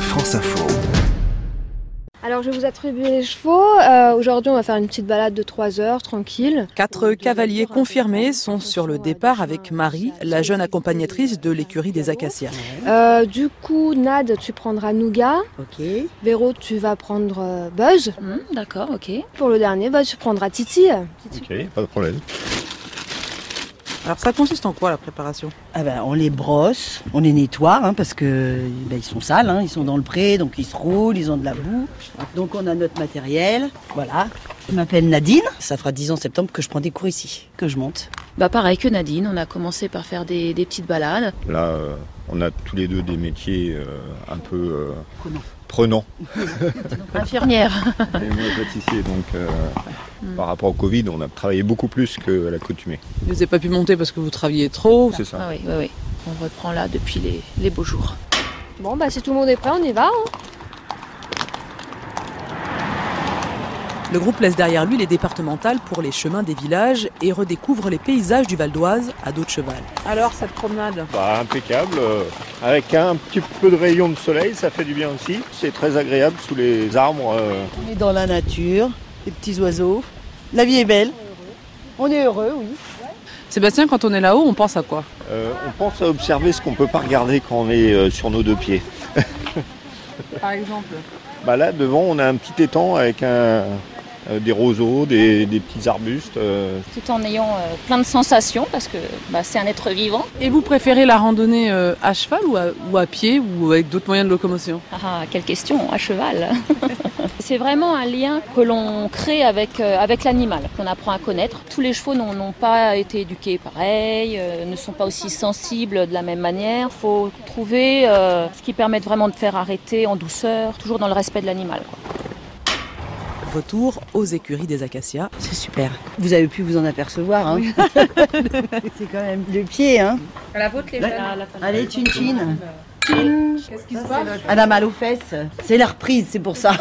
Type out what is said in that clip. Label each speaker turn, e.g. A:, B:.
A: France Info.
B: Alors je vais vous attribuer les chevaux. Euh, Aujourd'hui on va faire une petite balade de 3 heures tranquille.
C: Quatre cavaliers confirmés sont sur le départ avec Marie, la jeune accompagnatrice de l'écurie des Acacias.
B: Euh, du coup Nad tu prendras Nougat,
D: Ok.
B: Véro tu vas prendre euh, Buzz.
E: Hmm, D'accord, ok.
B: Pour le dernier bah, tu prendras Titi.
F: Ok, pas de problème.
C: Alors ça consiste en quoi la préparation
D: Ah ben, on les brosse, on les nettoie, hein, parce que ben, ils sont sales, hein, ils sont dans le pré, donc ils se roulent, ils ont de la boue. Donc on a notre matériel, voilà. Je m'appelle Nadine, ça fera 10 ans en septembre que je prends des cours ici, que je monte.
E: Bah pareil que Nadine, on a commencé par faire des, des petites balades.
F: Là, euh, on a tous les deux des métiers euh, un peu euh,
D: Prenant.
F: prenants.
E: Infirmière.
F: Et moi, pâtissier, donc euh, par rapport au Covid, on a travaillé beaucoup plus que à l'accoutumée.
C: Vous n'avez pas pu monter parce que vous travailliez trop
F: C'est ça.
E: Ah oui, oui, oui. On reprend là depuis les, les beaux jours.
B: Bon bah si tout le monde est prêt on y va. hein.
C: Le groupe laisse derrière lui les départementales pour les chemins des villages et redécouvre les paysages du Val d'Oise à dos de cheval. Alors cette promenade
F: Bah, impeccable. euh, Avec un petit peu de rayon de soleil, ça fait du bien aussi. C'est très agréable sous les arbres. euh,
D: On est dans la nature, les petits oiseaux. La vie est belle. On est heureux, oui.
C: Sébastien, quand on est là-haut, on pense à quoi
F: euh, on pense à observer ce qu'on peut pas regarder quand on est euh, sur nos deux pieds.
C: Par exemple
F: Bah là, devant, on a un petit étang avec un- euh, des roseaux, des, des petits arbustes. euh,
G: tout en ayant euh, plein de sensations parce que bah, c'est un être vivant.
C: Et vous préférez la randonnée euh, à cheval ou à, ou à pied ou avec d'autres moyens de locomotion
G: Ah, quelle question, à cheval. c'est vraiment un lien que l'on crée avec, euh, avec l'animal, qu'on apprend à connaître. Tous les chevaux n'ont n'ont pas été éduqués pareil, euh, ne sont pas aussi sensibles de la même manière. Il faut trouver euh, ce qui permet vraiment de faire arrêter en douceur, toujours dans le respect de l'animal. quoi.
C: Retour aux écuries des Acacias.
D: C'est super. Vous avez pu vous en apercevoir. Hein. C'est quand même le pied. Hein.
H: La vôtre, les jeunes.
D: Allez, tchin tchin. Qu'est-ce qui se passe Elle a mal aux fesses. C'est la reprise, c'est pour ça.